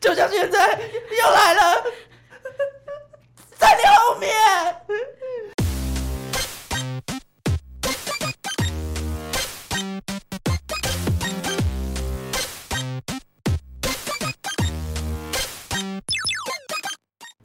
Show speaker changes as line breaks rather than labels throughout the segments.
就像现在又来了，在你后面。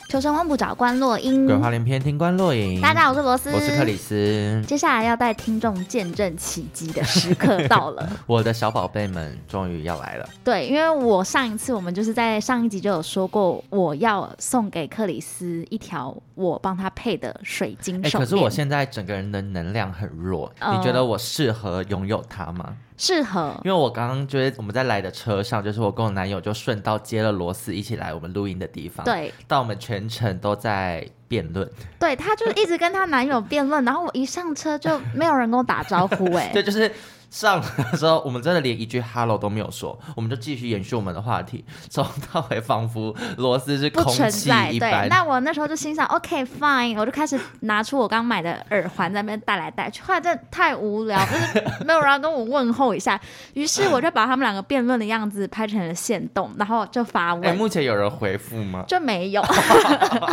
求生问不找关洛英。
鬼话连篇，听官落影。
嗯大家好，我是罗斯，
我是克里。斯。
接下来要带听众见证奇迹的时刻 到了。
我的小宝贝们终于要来了，
对，因为我上一次我们就是在上一集就有说过，我要送给克里斯一条我帮他配的水晶
哎、
手
可
链。
是我现在整个人的能量很弱，
呃
你觉得我适合拥有它吗？
适合
因为我刚刚觉得我们在来的车上，就是我跟我男友就顺道接了罗斯一起来我们录音的地方，，
对
但我们全程都在辩论，
对，她就一直跟她男友辩论，然后我一上车就没有人跟我打招 呼、
对，
哎，
就是上的时候，我们真的连一句 “hello” 都没有说，我们就继续延续我们的话题，从到尾仿佛罗斯是
不
空
存
气
在。
一
对，
般。
那我那时候就心想，OK fine，我就开始拿出我刚买的耳环在那边戴来戴去，后来真的太无聊，就是 没有人要跟我问候一下，于是我就把他们两个辩论的样子拍成了线动，然后就发
哎、
问。
目前有人回复吗？
就没有。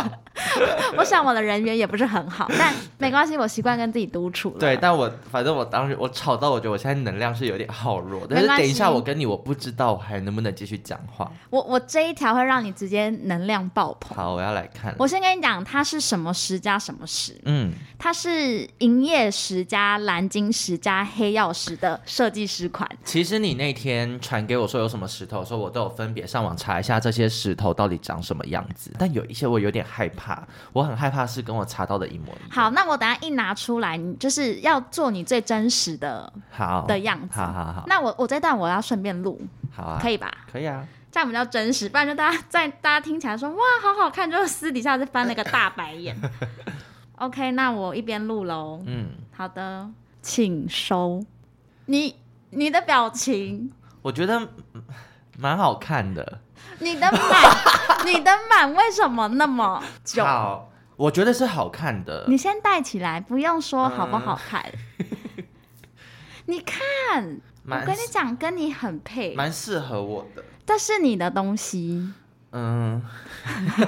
我想我的人缘也不是很好，但没关系，我习惯跟自己独处了。
对，，但我反正我当时我吵到，我觉得我现在能量是有点好弱。但
没
是
关
等一
系
下我跟你，我不知道我还能不能继续讲话。
我我这一条会让你直接能量爆棚。
好，我要来看了。
我先跟你讲，它是什么石加什么石，
嗯，
它是银叶石加蓝晶石加黑曜石的设计师款。
其实你那天传给我说有什么石头的时候，我都有分别上网查一下这些石头到底长什么样子。但有一些我有点害怕，我很害怕是跟我查到的一模一样。
好，那我等一下一拿出来，你就是要做你最真实的
好
的样子。
哦好好好
那我我这段我要顺便录，
好啊，
可以吧？
可以啊，
这样比较真实，不然就大家在大家听起来说哇好好看，就私底下就翻了个大白 眼。OK，那我一边录喽。
嗯，
好的，请收。你你的表情，
我觉得嗯蛮好看的。
你的 满，你的满为什么那么久？
好，我觉得是好看的。
你先戴起来，不用说好不好看。 你看，我
嗯蛮
跟你讲，跟你很配，
蛮适合我的。
这是你的东西。
嗯，
嗯，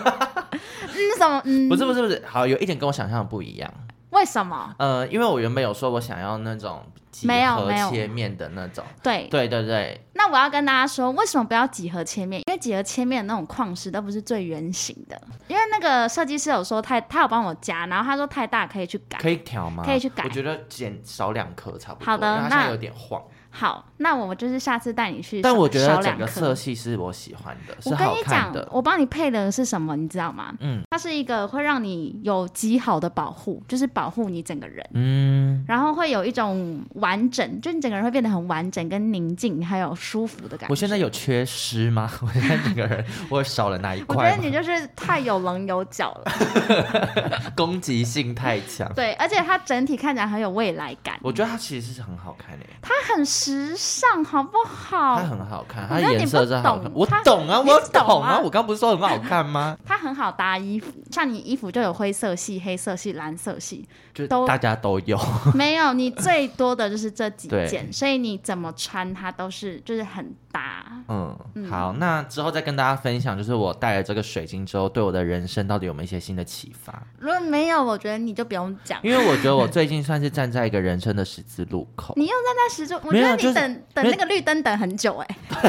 什么？嗯，
不是不是不是，好，有一点跟我想象的不一样。
为什么？
呃，因为我原本有说我想要那种几
没有
何
没有
切面的那种，
对，
对对对，
那我要跟大家说，为什么不要几何切面？因为几何切面的那种矿石都不是最圆形的，因为那个设计师有说太，他有帮我加，然后他说太大可以去改。
可以调吗？
可以去改
我觉得减少两颗差不多。
好的
因为它现在
那
有点晃，
好，那我就是下次带你去少，
但我觉
少
得整
两
个
颗
色。系是我喜欢的，是
我跟
好
你
看
讲
的，。
我帮你配的是什么，你知道吗？
嗯
它是一个会让你有极好的保护，就是保护你整个人，
嗯，
然后会有一种完整，就你整个人会变得很完整、跟宁静，还有舒服的感觉。
我现在有缺失吗？ 我现在整个人我少了哪一
我觉得
块吗？
你就是太有棱有角了，
攻击性太强。
对，而且它整体看起来很有未来感。
我觉得它其实是很好看的，
它很时尚，好不好
它？很好看，
我
它
觉得你
颜色是好看。
不懂
我
它
懂啊，
你
我
懂
懂
啊
啊，我刚不是说很好看 吗？
它很好搭衣服，像你衣服就有灰色系、黑色系、蓝色系，
就
都
大家都 有，
没有你最多的就是这几
对
件，所以你怎么穿它都是就是很搭。
嗯，
嗯
好，那之后再跟大家分享，就是我带了这个水晶之后，对我的人生到底有没有一些新的启发？
如果没有，我觉得你就不用讲。
因为我觉得我最近算是站在一个人生的十字路口，
你又在那时就，我
没
觉
有
得你
就是
等、等那个绿灯等很久哎、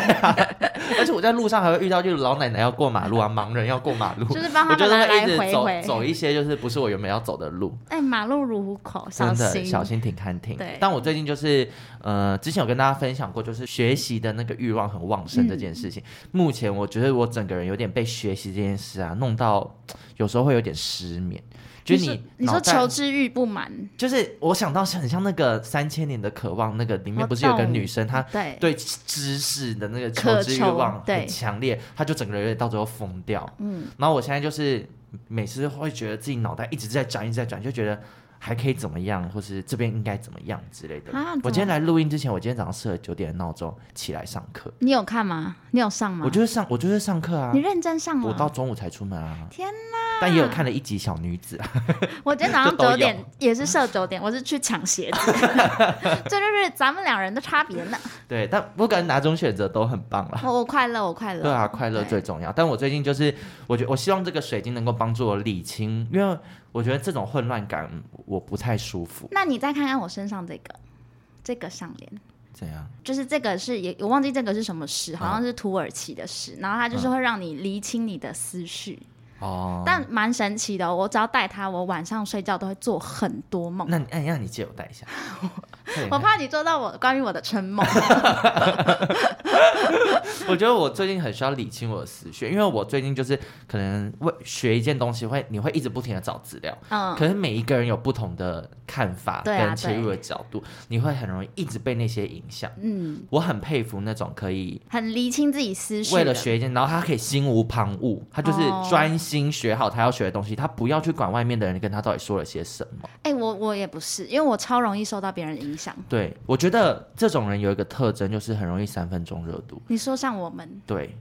而且我在路上还会遇到就是老奶奶要过马路啊，盲人要过马 路，
就是帮他
我
们
觉得
来
会
来
一直
回
走
回
走一些就是不是我原本要走的路，
哎、马路如虎口，
真的
心。
小心停看停
对。
但我最近就是呃，之前有跟大家分享过，就是学习的那个欲望很旺盛这件事情。
嗯
目前我觉得我整个人有点被学习这件事啊弄到，有时候会有点失眠。就
你
是
说
你
你说
脑袋
求知欲不满，
就是我想到是很像那个《三千年的渴望》那个里面不是有
我
个
懂
女生她
对，
对知识的那个求
渴
知欲
求
望
对
很强烈，他就整个人有点到最后疯掉。
嗯，
然后我现在就是每次会觉得自己脑袋一直在转，一直在转，就觉得还可以怎么样，或是这边应该怎么样之类的。
啊怎
我今天
么
来录音之前，我今天早上设了九点的闹钟起来上课，
你有看吗？你有上吗？
我就是上我就是上课啊
你，认真上吗？
我到中午才出门啊。
天
但也有看了一集《小女子》啊，
我今天早 上
就都有
九点也是设九点，我是去抢鞋子， 这就是咱们两人的差别 呢。
对，但我感觉哪种选择都很棒啦。
我我快乐，我快乐。
对啊，快乐
对
最重要。但我最近就是，我觉我希望这个水晶能够帮助我理清，因为我觉得这种混乱感我不太舒服。
那你再看看我身上这个，这个项链。
怎样？
就是这个是也我忘记这个是什么
啊
石，好像是土耳其的石，然后它就是会让你厘清你的思绪，
哦，
但蛮神奇的哦、我只要戴它，我晚上睡觉都会做很多梦。
那你哎那你让你借我戴一下。对
我怕你做到我关于我的春梦，
我觉得我最近很需要理清我的思绪，因为我最近就是可能为学一件东西会，你会一直不停的找资料，
嗯，
可是每一个人有不同的看法
对啊
跟切入的角度，你会很容易一直被那些影响。
嗯，
我很佩服那种可以
很厘清自己思绪的。
为了学一件，然后他可以心无旁骛，他就是
哦
专心学好他要学的东西，他不要去管外面的人跟他到底说了些什 么。
哎、我我也不是，因为我超容易受到别人影响。
对我觉得这种人有一个特征，就是很容易三分钟热度。
你说像我们，
对，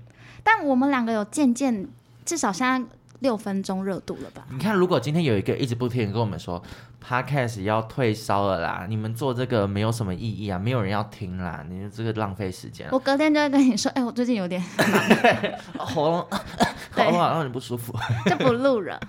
但我们两个有渐渐，至少现在六分钟热度了吧？
你看，如果今天有一个一直不停地跟我们说 podcast 要退烧了啦，你们做这个没有什么意义啊，没有人要听啦，你们这个浪费时间啊，
我隔天就会跟你说，哎、我最近有点
喉咙
哦 对
喉咙好像很不舒服。
就不录了。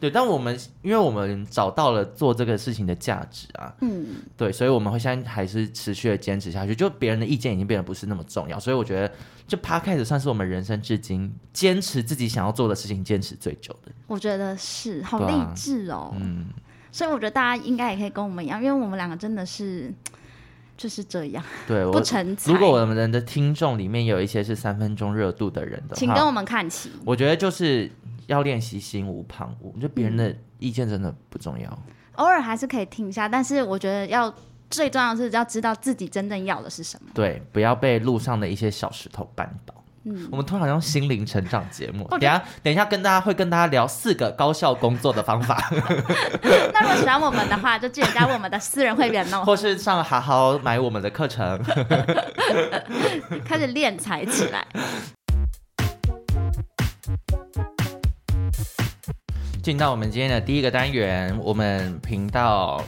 对，但我们因为我们找到了做这个事情的价值啊，
嗯，
对，所以我们会现在还是持续的坚持下去。就别人的意见已经变得不是那么重要，所以我觉得就 podcast 算是我们人生至今坚持自己想要做的事情坚持最久的。
我觉得是，好
对
励
啊
志哦。
嗯，
所以我觉得大家应该也可以跟我们一样，因为我们两个真的是就是这样，
对
不
我。
成才。
如果我们的听众里面有一些是三分钟热度的人的话，
请跟我们看齐。
我觉得就是要练习心无旁骛，就别人的意见真的不重要。
偶尔还是可以听一下，但是我觉得要最重要的是要知道自己真正要的是什 么。
对，不要被路上的一些小石头绊倒。嗯，我们突然好像心灵成长节目，
我觉得
等一下等一下跟大家会跟大家聊四个高效工作的方法，
那如果喜欢我们的话，就记得加入我们的私人会员 哦，
或是上好好买我们的课程。
开始练才起来。
进到我们今天的第一个单元，我们频道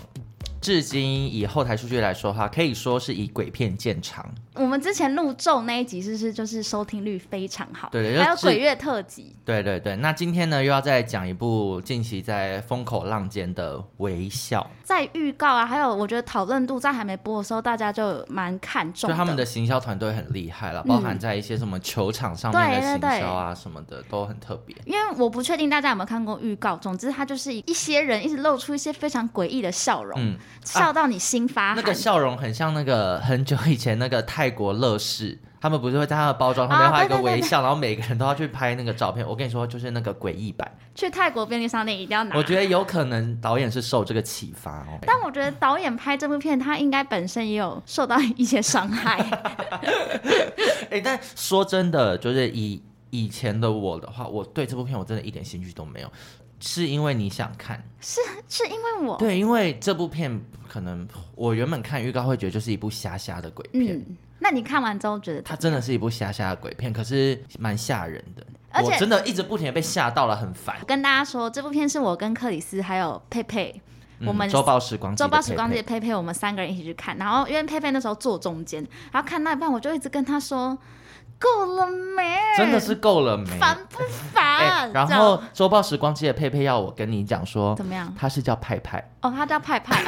至今以后台数据来说的话，可以说是以鬼片见长。
我们之前录咒那一集是不是就是收听率非常好？
对
还有
就是
鬼月特辑，
对对对，那今天呢又要再讲一部近期在风口浪尖的《微笑》。
在预告啊，还有我觉得讨论度在还没播的时候，大家就蛮看
就
重的。嗯
他们的行销团队很厉害了，包含在一些什么球场上面的行销啊什么的都很特别。
因为我不确定大家有没有看过预告，总之他就是一些人一直露出一些非常诡异的笑容，
嗯，
笑到你心发寒。
那个笑容很像那个很久以前那个泰国乐事，他们不是会在他的包装上面
啊
画一个
对对对
微笑，然后每个人都要去拍那个照片。我跟你说，就是那个诡异版，
去泰国便利商店一定要拿。
我觉得有可能导演是受这个启发 哦。
但我觉得导演拍这部片，他应该本身也有受到一些伤 害。
哎、但说真的，就是以以前的我的话，我对这部片我真的一点兴趣都没有，是因为你想看。
是因为我，
对，因为这部片可能我原本看预告会觉得就是一部瞎瞎的鬼片，
嗯，那你看完之后觉得
它真的是一部瞎瞎的鬼片，可是蛮吓人的。
而且
我真的一直不停的被吓到了，很烦
我。跟大家说，这部片是我跟克里斯还有佩佩，
嗯
我们
周报时光机
周
的
报
配
时光
配
机的佩佩，我们三个人一起去看。然后因为佩佩那时候坐中间，然后看到一半，我就一直跟他说：“够了没？
真的是够了没？
烦不
哎
烦？”
然
这样
后周报时光机的佩佩要我跟你讲说
怎，么样？
他是叫派派，
哦，他叫派派、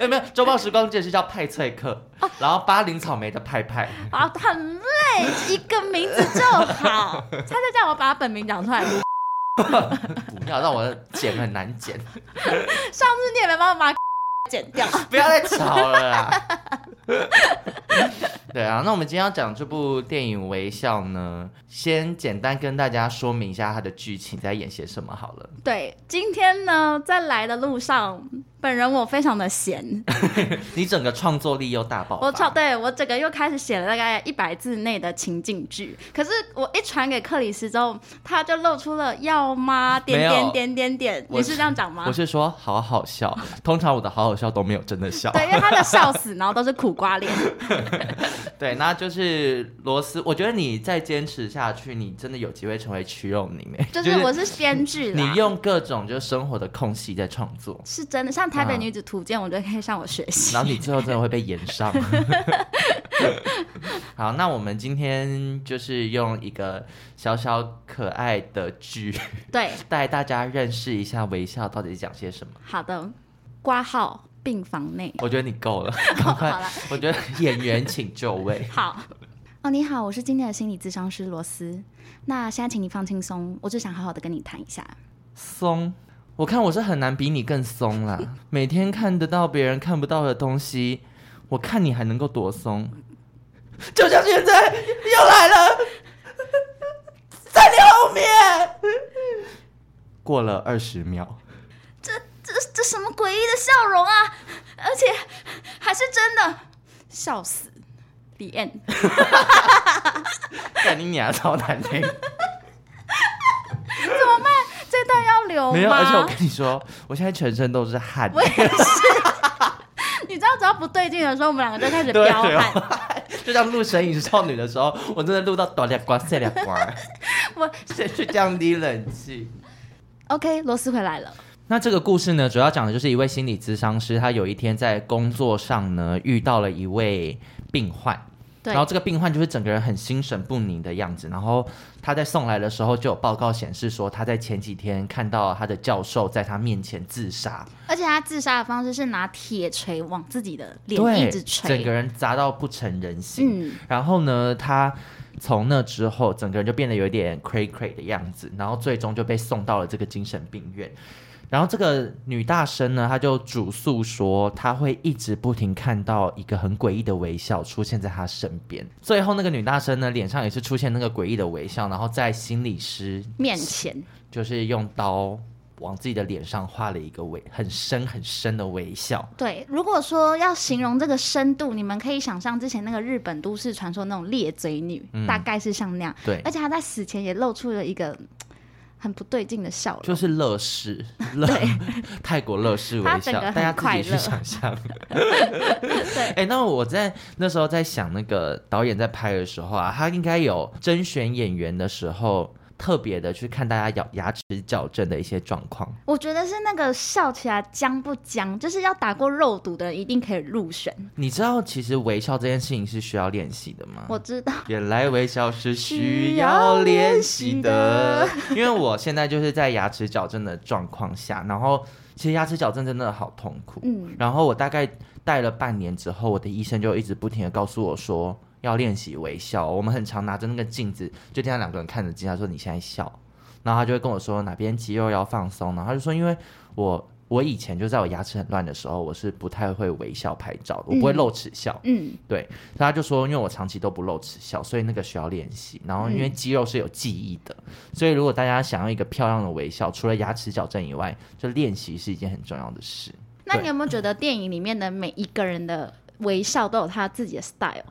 哎没有，周报时光机是叫派翠克，
哦
然后巴林草莓的派派，
啊，很累，一个名字就好。他就叫我把本名讲出来，上
不要让我剪很难剪，
次你也没办法把剪掉。
不要再吵了啦。对啊，那我们今天要讲这部电影《微笑》呢，先简单跟大家说明一下它的剧情在演些什么好了。
对，今天呢，在来的路上，本人我非常的闲，
你整个创作力又大爆发，
我超对我整个又开始写了大概一百字内的情境剧。可是我一传给克里斯之后，他就露出了要吗？点
没有
点点点点，
我
你是这样讲吗
我？是说好好笑，通常我的好好笑都没有真的笑。
对，因为他的笑死，然后都是苦瓜脸。
对，那就是罗斯。我觉得你再坚持下去，你真的有机会成为曲肉宁诶。
就是我是编剧啦，
你用各种就是生活的空隙在创作，
是真的，像《台北女子图鉴》，我觉得可以向我学习
然。后你最后真的会被延上。 好，那我们今天就是用一个小小可爱的剧，
对，
带大家认识一下微笑到底讲些什么。
好的，挂号病房内，
我觉得你够 了，赶快
好了！
我觉得演员请就位。
好。哦，你好，我是今天的心理咨商师罗斯。那现在请你放轻松，我就想好好的跟你谈一下。
松，我看我是很难比你更松 啦。每天看得到别人看不到的东西，我看你还能够多松？就像现在又来了，在你后面。过了二十秒，
这这什么诡异的笑容啊！而且还是真的，笑死！李艳，
干你娘超难听。
这段要留吗？
没有，而且我跟你说，我现在全身都是汗。
我也是。你知道，只要不对劲的时候，我们两个就开始
对，
飙
流
汗。
汗就像录《神隐少女》的时候，我真的录到短两关、塞两 关，
我
先去降低冷气。
OK，罗斯回来了。
那这个故事呢，主要讲的就是一位心理咨商师，他有一天在工作上呢遇到了一位病患，
对
然后这个病患就是整个人很心神不宁的样子。然后他在送来的时候，就有报告显示说，他在前几天看到他的教授在他面前自杀，
而且他自杀的方式是拿铁锤往自己的脸
对
一直，
整个
锤。
人砸到不成人形。
嗯，
然后呢，他从那之后，整个人就变得有点 cray cray 的样子，然后最终就被送到了这个精神病院。然后这个女大生呢，她就主诉说，她会一直不停看到一个很诡异的微笑出现在她身边。最后那个女大生呢，脸上也是出现那个诡异的微笑，然后在心理师
面前
就是用刀往自己的脸上画了一个微很深很深的微笑。
对。如果说要形容这个深度，你们可以想象之前那个日本都市传说那种裂嘴女，大概是像那样。
嗯对
而，且他在死前也露出了一个嗯很不对劲的笑容。
就是乐 视，乐泰国乐视微
他
笑
整个，很
大家自己去
快乐
想象。
对，
哎、那我在那时候在想，那个导演在拍的时候啊，他应该有甄选演员的时候，特别的去看大家咬牙齿矫正的一些状况。
我觉得是那个笑起来僵不僵，就是要打过肉毒的人一定可以入选。
你知道，其实微笑这件事情是需要练习的吗？
我知道，
原来微笑是需要练习的，因为我现在就是在牙齿矫正的状况下，然后其实牙齿矫正真的好痛苦。
嗯，
然后我大概戴了半年之后，我的医生就一直不停的告诉我说要练习微笑。我们很常拿着那个镜子，就这样两个人看着镜，他说你现在笑，然后他就会跟我说哪边肌肉要放松，然后他就说因为我我以前就在我牙齿很乱的时候，我是不太会微笑拍照的，我不会
嗯
露齿笑。
嗯，
对，所以他就说，因为我长期都不露齿笑，所以那个需要练习。然后因
嗯
为肌肉是有记忆的，所以如果大家想要一个漂亮的微笑，除了牙齿矫正以外，就练习是一件很重要的事。
那你
对
有没有觉得电影里面的每一个人的微笑都有他自己 的 style？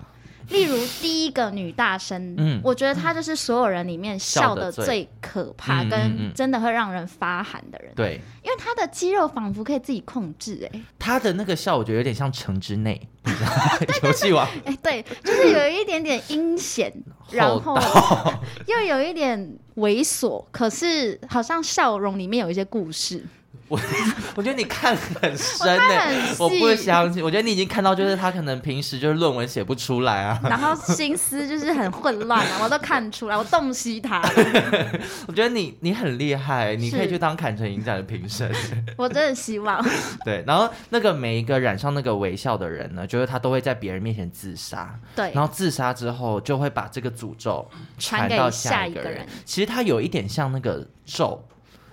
例如第一个女大生，
嗯
我觉得她就是所有人里面笑
笑
的
得最
最可怕，
嗯嗯
跟
嗯
真的会让人发寒的人，
对，
因为她的肌肉仿佛可以自己控制、哎，
他的那个笑，我觉得有点像城之内，你知道 吗 游戏王
哎、 对，就是有一点点阴险，然后
道
又有一点猥琐，可是好像笑容里面有一些故事。
我我觉得你看很深
我
呢、
看很细
我不相信，我觉得你已经看到，就是他可能平时就是论文写不出来啊。
然后心思就是很混乱啊，我都看出来，我洞悉他了，
我觉得你你很厉害，你可以
是
去当坎城影展的评审。
我真的希望，
对，然后那个每一个染上那个微笑的人呢，就是他都会在别人面前自杀，
对，
然后自杀之后就会把这个诅咒
传给
到
下
一
个
个人。其实他有一点像那个咒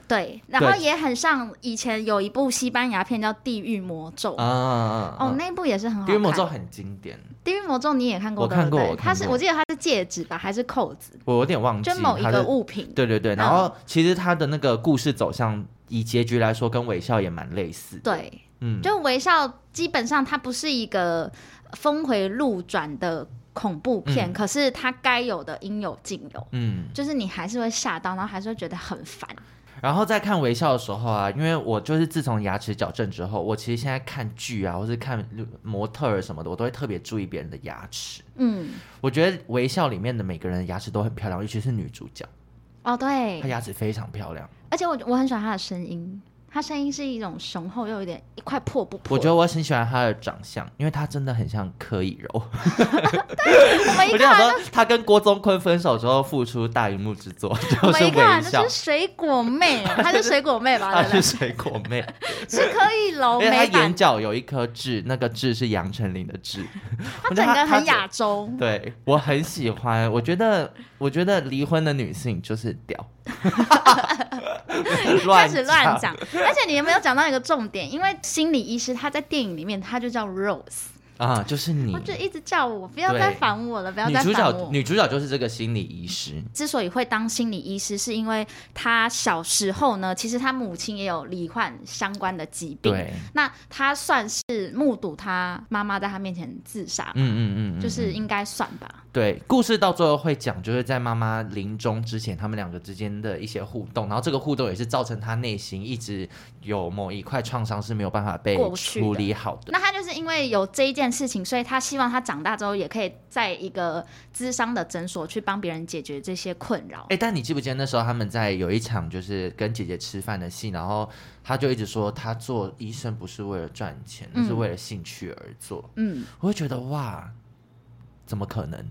对，然后也很像以前有一部西班牙片叫《地狱魔咒》。
啊啊，
哦，
啊
那一部也是很好看。
地狱魔咒，很经典，
地狱魔咒你也看过
我
对不
看过
对
我看
它是
过
我记得它是戒指吧，还是扣子？
我有点忘记
就某一
它
个
的
物品。
对对对，
嗯
然后其实他的那个故事走向，以结局来说，跟微笑也蛮类似。
对，
嗯，
就微笑，基本上它不是一个峰回路转的恐怖片，可是它该有的应有尽有，
嗯，
就是你还是会吓到，然后还是会觉得很烦。
然后在看微笑的时候啊，因为我就是自从牙齿矫正之后，我其实现在看剧啊，或是看模特儿什么的，我都会特别注意别人的牙齿。
嗯，
我觉得微笑里面的每个人的牙齿都很漂亮，尤其是女主 角，她
哦对，
牙齿非常漂亮。
而且我我很喜欢他的声音，他声音是一种雄厚又有点一块破不破。
我觉得我很喜欢她的长相，因为她真的很像哦柯以柔。
我们一
我就
看
想
完
说，她跟郭宗坤分手之 后复出大荧幕之作
我
就是
们一看
微
就
笑
是，水果妹，她是水果妹吧？
她
对不
是
对？
水果妹，
是可以揉
因为她
美
眼
版，
角有一颗痣，那个痣是杨丞琳的痣。
她
我觉
整
得她
个很亚洲。
对我很喜欢，我觉得，我觉得离婚的女性就是屌，
开始乱。讲，而且你有没有讲到一个重点？因为心理医师他在电影里面他就叫 Rose，
啊，就是你
他，就一直叫我不要再
对
烦我了，不要
女
再
主
烦
角，
我。
女主角就是这个心理医师，
之所以会当心理医师，是因为他小时候呢，其实他母亲也有罹患相关的疾病，
对，
那他算是目睹他妈妈在他面前自杀，
嗯嗯嗯，嗯
就是
嗯
应该算吧。
对，故事到最后会讲，就是在妈妈临终之前，他们两个之间的一些互动，然后这个互动也是造成她内心一直有某一块创伤是没有办法被
过不去的
处理好的，
那他就是因为有这一件事情，所以他希望他长大之后也可以在一个咨商的诊所去帮别人解决这些困扰
哎、。但你记不记得那时候他们在有一场就是跟姐姐吃饭的戏，然后他就一直说他做医生不是为了赚钱，
嗯
是为了兴趣而做。
嗯，
我会觉得哇，怎么可能？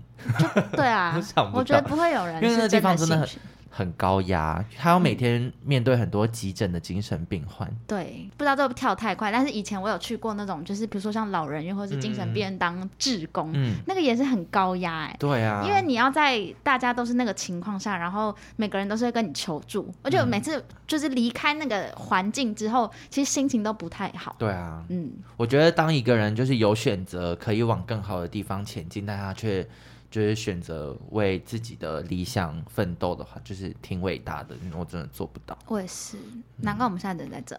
对啊
我想，不
我觉得不会有人
因为那
是
地方真的
的
很
兴趣。
很高压，他要
嗯
每天面对很多急诊的精神病患。
对，不知道这不跳太快，但是以前我有去过那种，就是比如说像老人院或是精神病院当志工，
嗯，
那个也是很高压哎、
对啊，
因为你要在大家都是那个情况下，然后每个人都是会跟你求助，而且我每
嗯
次就是离开那个环境之后，其实心情都不太好。
对啊，
嗯，
我觉得当一个人就是有选择，可以往更好的地方前进，但他却就是选择为自己的理想奋斗的话，就是挺伟大的。嗯我真的做不到。
我也是，难怪我们现在人在这。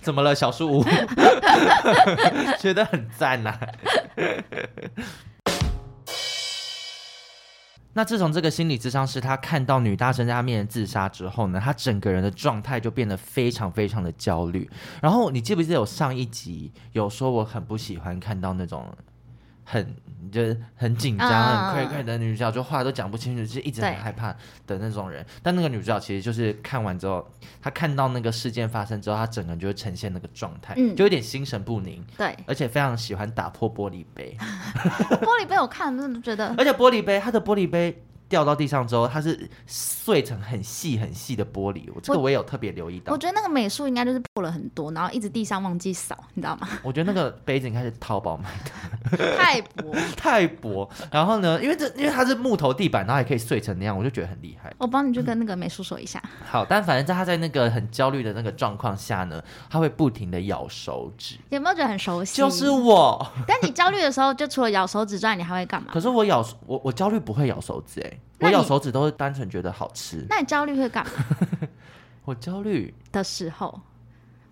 怎么了，小树屋？ 觉得很赞啊呐、 那自从这个心理咨商师他看到女大生在他面前自杀之后呢，他整个人的状态就变得非常非常的焦虑。然后你记不记得我上一集有说我很不喜欢看到那种很就是很紧张、
嗯
很愧愧的女主角，就话都讲不清楚，就是一直很
对
害怕的那种人。但那个女主角其实就是看完之后，她看到那个事件发生之后，她整个人就会呈现那个状态，
嗯
就有点心神不宁，
对，
而且非常喜欢打破玻璃 杯，
玻璃杯我看了真的 觉得
而且玻璃杯她的玻璃杯。掉到地上之后，它是碎成很细很细的玻璃，我这个我也有特别留意到。
我
我
觉得那个美术应该就是破了很多，然后一直地上忘记扫，你 知道吗？
觉得那个杯子应该是淘宝买的。
太薄。
太薄。然后呢，因为这因为它是木头地板，然后还可以碎成那样，我就觉得很厉害。
我帮你去跟那个美术说一下。
好，但反正在他在那个很焦虑的那个状况下呢，他会不停的咬手指。
有没有觉得很熟悉？
就是。我，
但你焦虑的时候，就除了咬手指之外，你还 会干嘛？
可是我咬我我焦虑不会咬手指哎、欸
那
我
你
咬手指都是单纯觉得好吃。
那你焦虑会干嘛
我焦虑
的时候？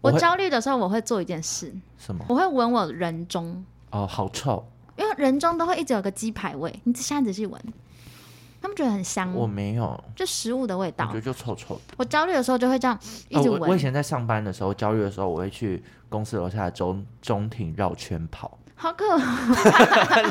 我
我
会
焦虑的时候，我会做一件事，
什么？
我会闻我人中，
哦，好臭！
因为人中都会一直有个鸡排味，你现在仔细闻，他们觉得很香，
我没有，
就食物的味
我
道
觉得。就臭臭的。
我焦虑的时候就会这样一
哦
直
我我以
闻，
前在上班的时候，焦虑的时候，我会去公司楼下的中中庭绕圈跑。
好可怕。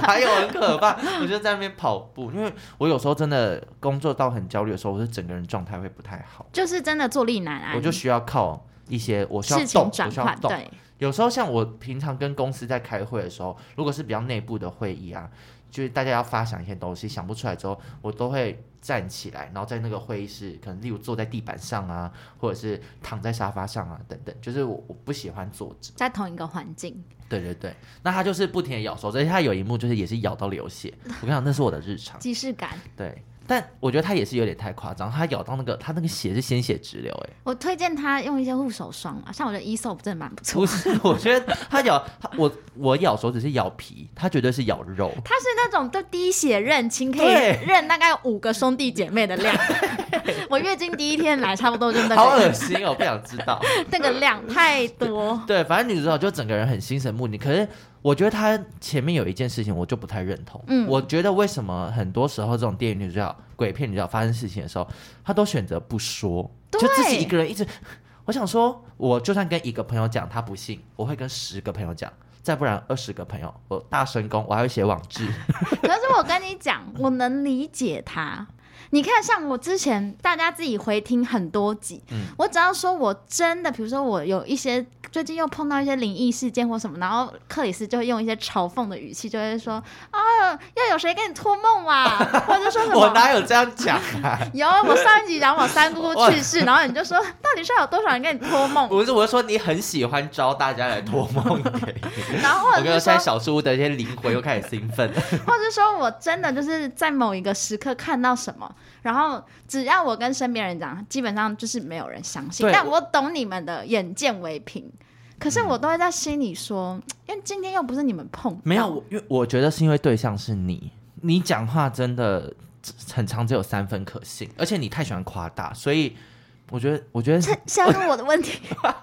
哪有很可怕？我就在那边跑步，因为我有时候真的工作到很焦虑的时候，我是整个人状态会不太好，
就是真的坐立难啊安。
我就需要靠一些我需要
事
动
情，
我
转
需要
换，
动。
对，
有时候像我平常跟公司在开会的时候，如果是比较内部的会议啊，就是大家要发想一些东西，想不出来之后，我都会站起来，然后在那个会议室，可能例如坐在地板上啊，或者是躺在沙发上啊，等等，就是我我不喜欢坐着。
在同一个环境。
对对对，那他就是不停的咬手指，而且他有一幕就是也是咬到流 血，我跟你讲，那是我的日常。
即视感。
对，但我觉得他也是有点太夸张，他咬到那个他那个血是鲜血直流、 欸，
我推荐他用一些护手霜啊，像我觉得 e s o 真的蛮不错
不。是，我觉得他咬他我我咬手指是咬皮，他绝对是咬肉，
它是那种就滴血认亲，可以
对
认大概五个兄弟姐妹 的量。我月经第一天来，差不多就那
好恶
个
心 哦，不想知道。
那个量太多。
对，反正女主角就整个人很心神不宁，可是我觉得他前面有一件事情我就不太认同，
嗯
我觉得为什么很多时候这种电影女主角、鬼片女主角发生事情的时候，她都选择不说，就
对
自己一个人一直。我想说，我就算跟一个朋友讲他不信，我会跟十个朋友讲，再不然二十个朋友，我大神功，我还会写网志。
可是我跟你讲，我能理解他。你看，像我之前大家自己回听很多集，
嗯
我只要说我真的，比如说我有一些最近又碰到一些灵异事件或什么，然后克里斯就会用一些嘲讽的语气，就会说：“啊，又有谁跟你托 梦啊？”或者说什
我
么。
哪有这样讲啊？
有，我上一集讲我三姑姑去世，然后你就说到底是有多少人跟你托梦，
不是，我是说你很喜欢招大家来托梦给你。
然后
我
或
跟你说，
者哦是说
现在小树屋的一些灵魂又开始兴奋。
或者说我真的就是在某一个时刻看到什么，然后只要我跟身边人讲，基本上就是没有人相信。
对
但
我
我懂你们的眼见为凭，可是我都会在心里说，因为今天又不是你们碰到，
没有，我因为我觉得是因为对象是你，你讲话真的很长，只有三分可信，而且你太喜欢夸大，所以我觉得，我觉
这
得，
是要问我的问题。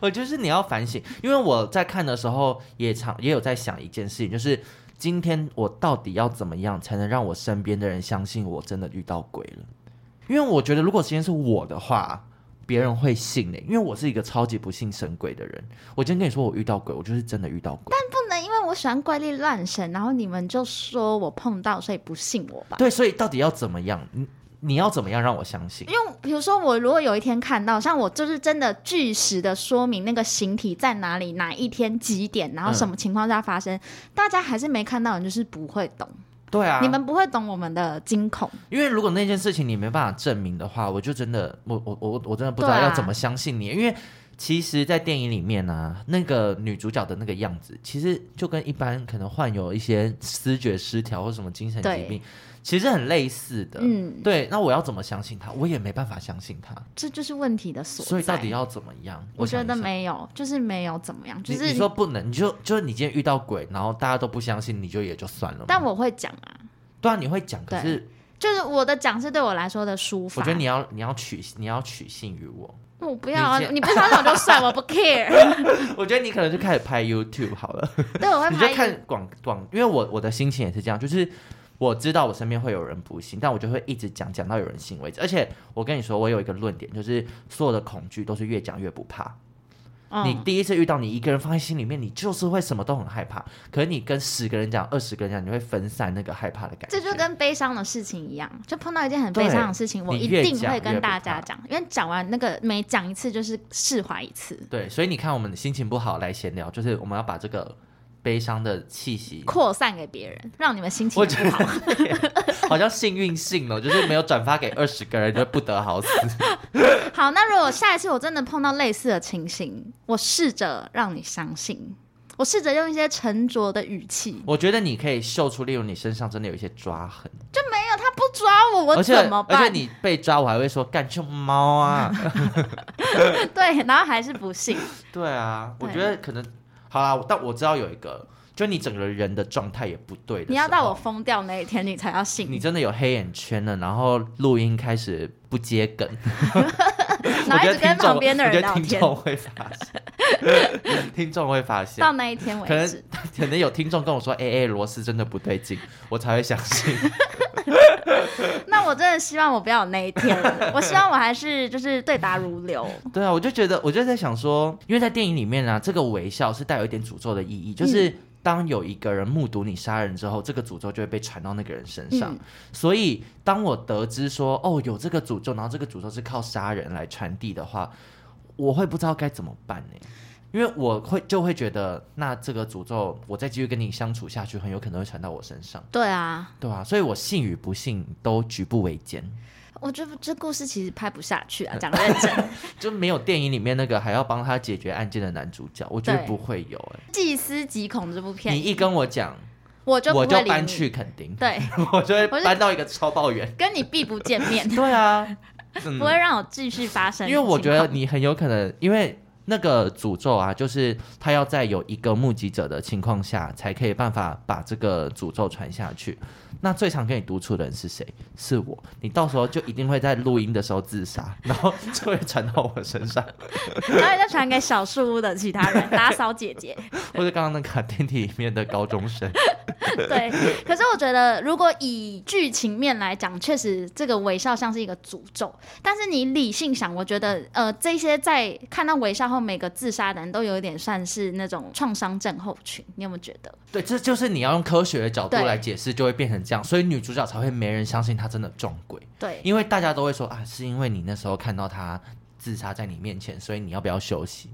我就是你要反省，因为我在看的时候也常也有在想一件事情，就是今天我到底要怎么样才能让我身边的人相信我真的遇到鬼了？因为我觉得，如果今天是我的话，别人会信的、因为我是一个超级不信神鬼的人。我今天跟你说我遇到鬼，我就是真的遇到鬼。
不能因为我喜欢怪力乱神，然后你们就说我碰到，所以不信我吧。
对，所以到底要怎么样？你你要怎么样让我相信
因？为比如说，我如果有一天看到，像我就是真的据实的说明那个形体在哪里，哪一天几点，然后什么情况下发生，大家还是没看到，你就是不会懂，
对啊，
你们不会懂我们的惊恐。
因为如果那件事情你没办法证明的话，我就真的，我我我我真的不知道
对啊
要怎么相信你，因为。其实，在电影里面呢、那个女主角的那个样子，其实就跟一般可能患有一些思觉失调或什么精神疾病，其实很类似的。
嗯，
对，那我要怎么相信她？我也没办法相信她，
这就是问题的所在。
所以到底要怎么样？
我觉
想一
得
想，
没有，就是没有怎么样，就
你
是
你说不能，你就就是你今天遇到鬼，然后大家都不相信，你就也就算了嘛。
但我会讲啊，
对啊，你会讲，可
对
是
就是我的讲是对我来说的抒发。
我觉得你要你要取你要取信于我，
我不要啊，
你
你不相信我就算， 我不 care。
我觉得你可能就开始拍 YouTube 好了，
对， 我会
你就
拍一个
看广广，因为我我的心情也是这样，就是我知道我身边会有人不信，但我就会一直讲讲到有人信为止。而且我跟你说，我有一个论点，就是所有的恐惧都是越讲越不怕。
嗯
你第一次遇到，你一个人放在心里面，你就是会什么都很害怕。可是你跟十个人讲、二十个人讲，你会分散那个害怕的感觉。
这就跟悲伤的事情一样，就碰到一件很
对
悲伤的事情，我
你
一
越
定
讲
会
越
跟
不怕
大家讲，因为讲完那个每讲一次就是释怀一次，
对，所以你看，我们心情不好来闲聊，就是我们要把这个悲伤的气息
扩散给别人，让你们心情
我觉
不好。
得好像幸运信哦，就是没有转发给二十个人，就不得好死。
好，那如果下一次我真的碰到类似的情形，我试着让你相信，我试着用一些沉着的语气，
我觉得你可以秀出，例如你身上真的有一些抓痕，
没有他不抓我，我
而且
怎么
而且
办？
你被抓，我还会说干就猫啊，
对，然后还是不信，
对啊，
对
我觉得可能好啦，但我知道有一个，就你整个人的状态也不对的，
你要到我。疯掉那一天你才要信，
你真的有黑眼圈了，然后录音开始不接梗，我
然后
觉得
一直跟
听众
旁边的人
我觉
聊
得听
天，
众会发现， 听众会发现
到，那一天
可
为
能
止。
可能有听众跟我说，哎、哎、螺丝真的不对劲，我才会相信。
那我真的希望我不要有那一天，我希望我还是就是对答如流。
对啊，我就觉得，我就在想说，因为在电影里面啊，这个微笑是带有一点诅咒的意义，就是当有一个人目睹你杀人之后，这个诅咒就会被传到那个人身上。
嗯
所以，当我得知说，哦，有这个诅咒，然后这个诅咒是靠杀人来传递的话，我会不知道该怎么办呢、因为我会就会觉得，那这个诅咒，我再继续跟你相处下去，很有可能会传到我身上，
对啊，
对吧、所以我信与不信都举步维艰。
我觉得哦这故事其实拍不下去啊，讲认 真。
就没有电影里面那个还要帮他解决案件的男主角，我觉得
对
不会有哎、
细思极恐这部
你
片，
一跟我讲，
我就不
我
会
就
理
搬
你。
去垦丁，
对，
我就会
我就
搬到一个超抱远。
跟你必不见面，
对啊，
不会让我继续发生。
因为我觉得，你很有可能，因为那个诅咒啊，就是他要在有一个目击者的情况下，才可以办法把这个诅咒传下去。那最常跟你独处的人是谁？是我。你到时候就一定会在录音的时候自杀，然后就会传到我身上，
然后再传给小树屋的其他人，打扫姐 姐。
或者刚刚那个电梯里面的高中生。
对，可是我觉得，如果以剧情面来讲，确实这个微笑像是一个诅咒。但是你理性想，我觉得，呃，这些在看到微笑后每个自杀的人都有一点算是那种创伤症候群，你有没有觉得？
对，这就是你要用科学的角度
对
来解释，就会变成这样，所以女主角才会没人相信她真的撞鬼，
对，
因为大家都会说啊，是因为你那时候看到她自杀在你面前，所以你要不要休息？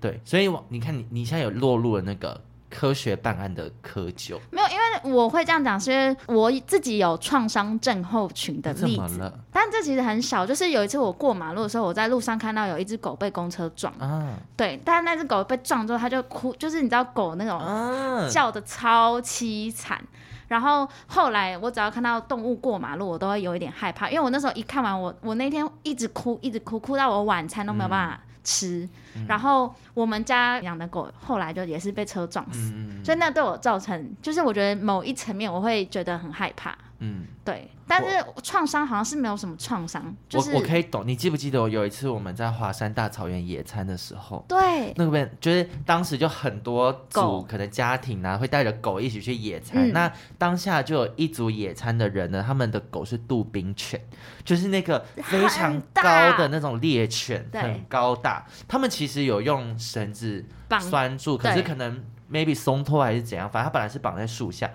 对，所以我你看你你现在有落入了那个科学办案的窠臼，
没有，因为我会这样讲，是因为我自己有创伤症候群的
你怎
例
么
子。
了
但这其实很小，就是有一次我过马路的时候，我在路上看到有一只狗被公车撞，
啊
对，但是那只狗被撞之后，它就哭，就是你知道狗那种
啊？
叫的超凄惨。然后后来我只要看到动物过马路，我都会有一点害怕，因为我那时候一看完我我那天一直哭一直哭，哭到我晚餐都没有办法吃。
嗯
然后我们家养的狗后来就也是被车撞死，
嗯
所以那对我造成就是我觉得某一层面我会觉得很害怕。
嗯，
对，但是创伤好像是没有什么创伤，就是
我我可以懂。你记不记得我有一次我们在华山大草原野餐的时候？
对
那边就是当时就很多
狗
组，可能家庭啊会带着狗一起去野餐。
嗯
那当下就有一组野餐的人呢，他们的狗是杜宾犬，就是那个非常
很大
高的那种猎犬，
对
很高大。他们其实有用绳子
绑
拴住，可
对
是可能 maybe 松脱还是怎样，反正它本来是绑在树下。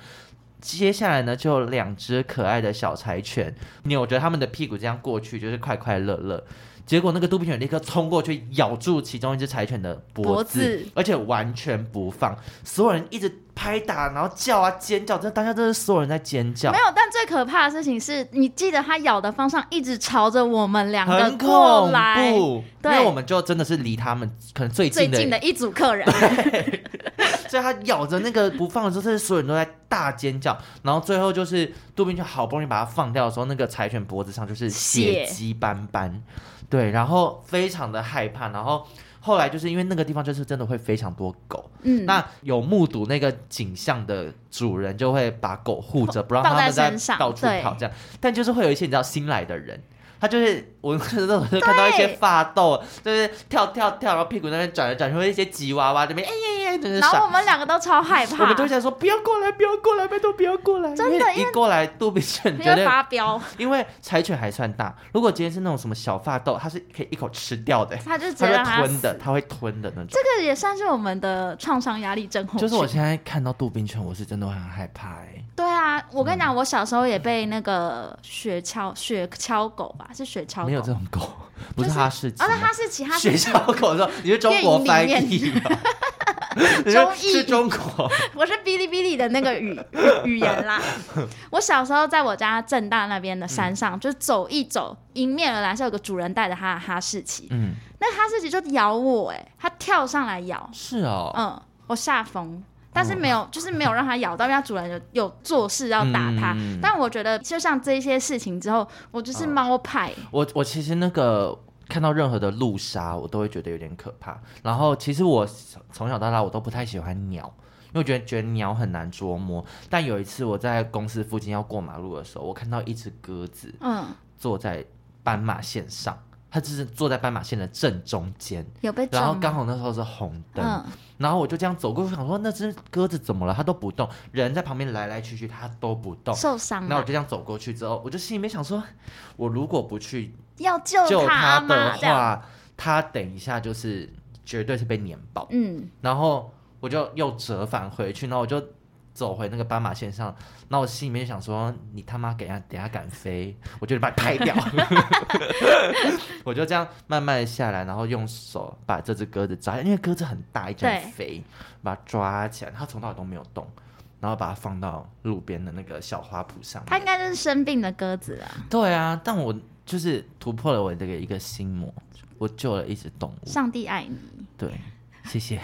接下来呢，就有两只可爱的小柴犬扭着它们的屁股这样过去，就是快快乐乐。结果那个杜宾犬立刻冲过去咬住其中一只柴犬的脖子，
脖子
而且完全不放。所有人一直拍打，然后叫啊尖叫，这当下真的是所有人在尖叫
没。有，但最可怕的事情是你记得它咬的方向一直朝着我们两个
很
过
恐
来，
怖，因
对
为我们就真的是离他们可能最
最
近的，
近的一组客人。
所以他咬着那个不放的时候，真的所有人都在大尖叫。然后最后就是杜宾就好不容易把它放掉的时候，那个柴犬脖子上就是血
血
迹斑斑，对，然后非常的害怕。然后后来就是因为那个地方就是真的会非常多狗，
嗯，
那有目睹那个景象的主人就会把狗护着，不让
放
它们
在
在
身上
到处
对
跑这样。但就是会有一些你知道新来的人。他就是，我那时候看到一些发抖，就是跳跳跳，然后屁股那边转来转去，会一些吉娃娃这边哎呀呀，就是
然
闪
后我们两个都超害怕，
我们都想说不要过来，不要过来，拜托不要过来。
真的
因为一过来，杜比犬
因
绝
为
对，
发飙，
因为柴犬还算大，如果今天是那种什么小发豆，它是可以一口吃掉的，
他就直
它
接让
会
他
吞的，
死。
它会吞的那种。
这个也算是我们的创伤压力症候群。
就是我现在看到杜宾犬，我是真的会很害怕哎、
对啊，我跟你讲，我小时候也被那个雪橇雪橇狗吧，是雪橇
没有这
狗。
种狗，不
就是
是哈士奇
啊，
吗。
那它是其他
学
是，
校狗的时候，你是中国翻译吗？你
中
说
译
是中国，
我是哔哩哔哩的那个语语言啦。我小时候在我家正大那边的山
嗯
上，就走一走，迎面而来是有个主人带着他的哈士奇，
嗯，
那哈士奇就咬我、哎，它跳上来咬，
是哦，
嗯，我吓疯，但是没有，就是没有让它咬到，因为它主人有有做事要打它。
嗯
但我觉得，就像这些事情之后，我就是猫派，
我我其实那个看到任何的路杀，我都会觉得有点可怕。然后其实我从小到大我都不太喜欢鸟，因为我觉得觉得鸟很难捉摸。但有一次我在公司附近要过马路的时候，我看到一只鸽子
嗯，
坐在斑马线上，它就是坐在斑马线的正中间，
有被
然后
撞吗，
刚好那时候是红灯，
嗯，
然后我就这样走过去，想说那只鸽子怎么了？它都不动，人在旁边来来去去，它都不动。
受伤
那我
了
就，这样走过去之后，我就心里面想说，我如果不去
要救
救
它
他
嘛
的，
这样，
话，他等一下就是绝对是被碾爆。
嗯，
然后我就又折返回去，然后我就走回那个斑马线上。然后我心里面想说：“你他妈给他等下敢飞，我就得把你拍 掉。”我就这样慢慢地下来，然后用手把这只鸽子抓，因为鸽子很大一只
对
很肥，把它抓起来，它从头到尾都没有动。然后把它放到路边的那个小花圃上
它应
面。
该就是生病的鸽子啊，
对啊，但我就是突破了我这个一个心魔，我救了一只动物。
上帝爱你，
对，谢谢。